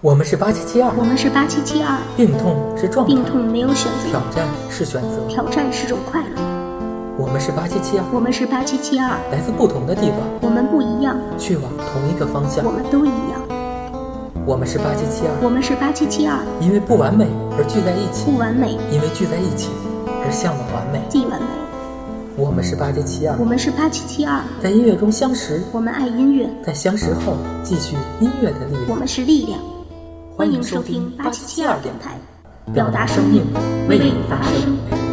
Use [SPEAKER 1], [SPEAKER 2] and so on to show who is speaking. [SPEAKER 1] 我们是八七七二，
[SPEAKER 2] 我们是八七七二。
[SPEAKER 1] 病痛是状态，
[SPEAKER 2] 病痛没有选择
[SPEAKER 1] 挑，战是选择。
[SPEAKER 2] 挑战是种快乐。
[SPEAKER 1] 我们是八七七二，
[SPEAKER 2] 我们是八七七二，
[SPEAKER 1] 来自不同的地方，
[SPEAKER 2] 我们不一样，
[SPEAKER 1] 去往同一个方向
[SPEAKER 2] 我。们都一样。
[SPEAKER 1] 我们是八七七二，
[SPEAKER 2] 我们是八七七二，
[SPEAKER 1] 因为不完美而聚在一起，
[SPEAKER 2] 不完美
[SPEAKER 1] 因为聚在一起而向往完美。
[SPEAKER 2] 即完美。
[SPEAKER 1] 我们是八七七二
[SPEAKER 2] 我，们是八七七二，
[SPEAKER 1] 在音乐中相识，
[SPEAKER 2] 我们爱音乐，
[SPEAKER 1] 在相识后继续音乐的力
[SPEAKER 2] 我
[SPEAKER 1] 量。
[SPEAKER 2] 们是力量。欢迎收听八七七二电台，表达生命，为你发声。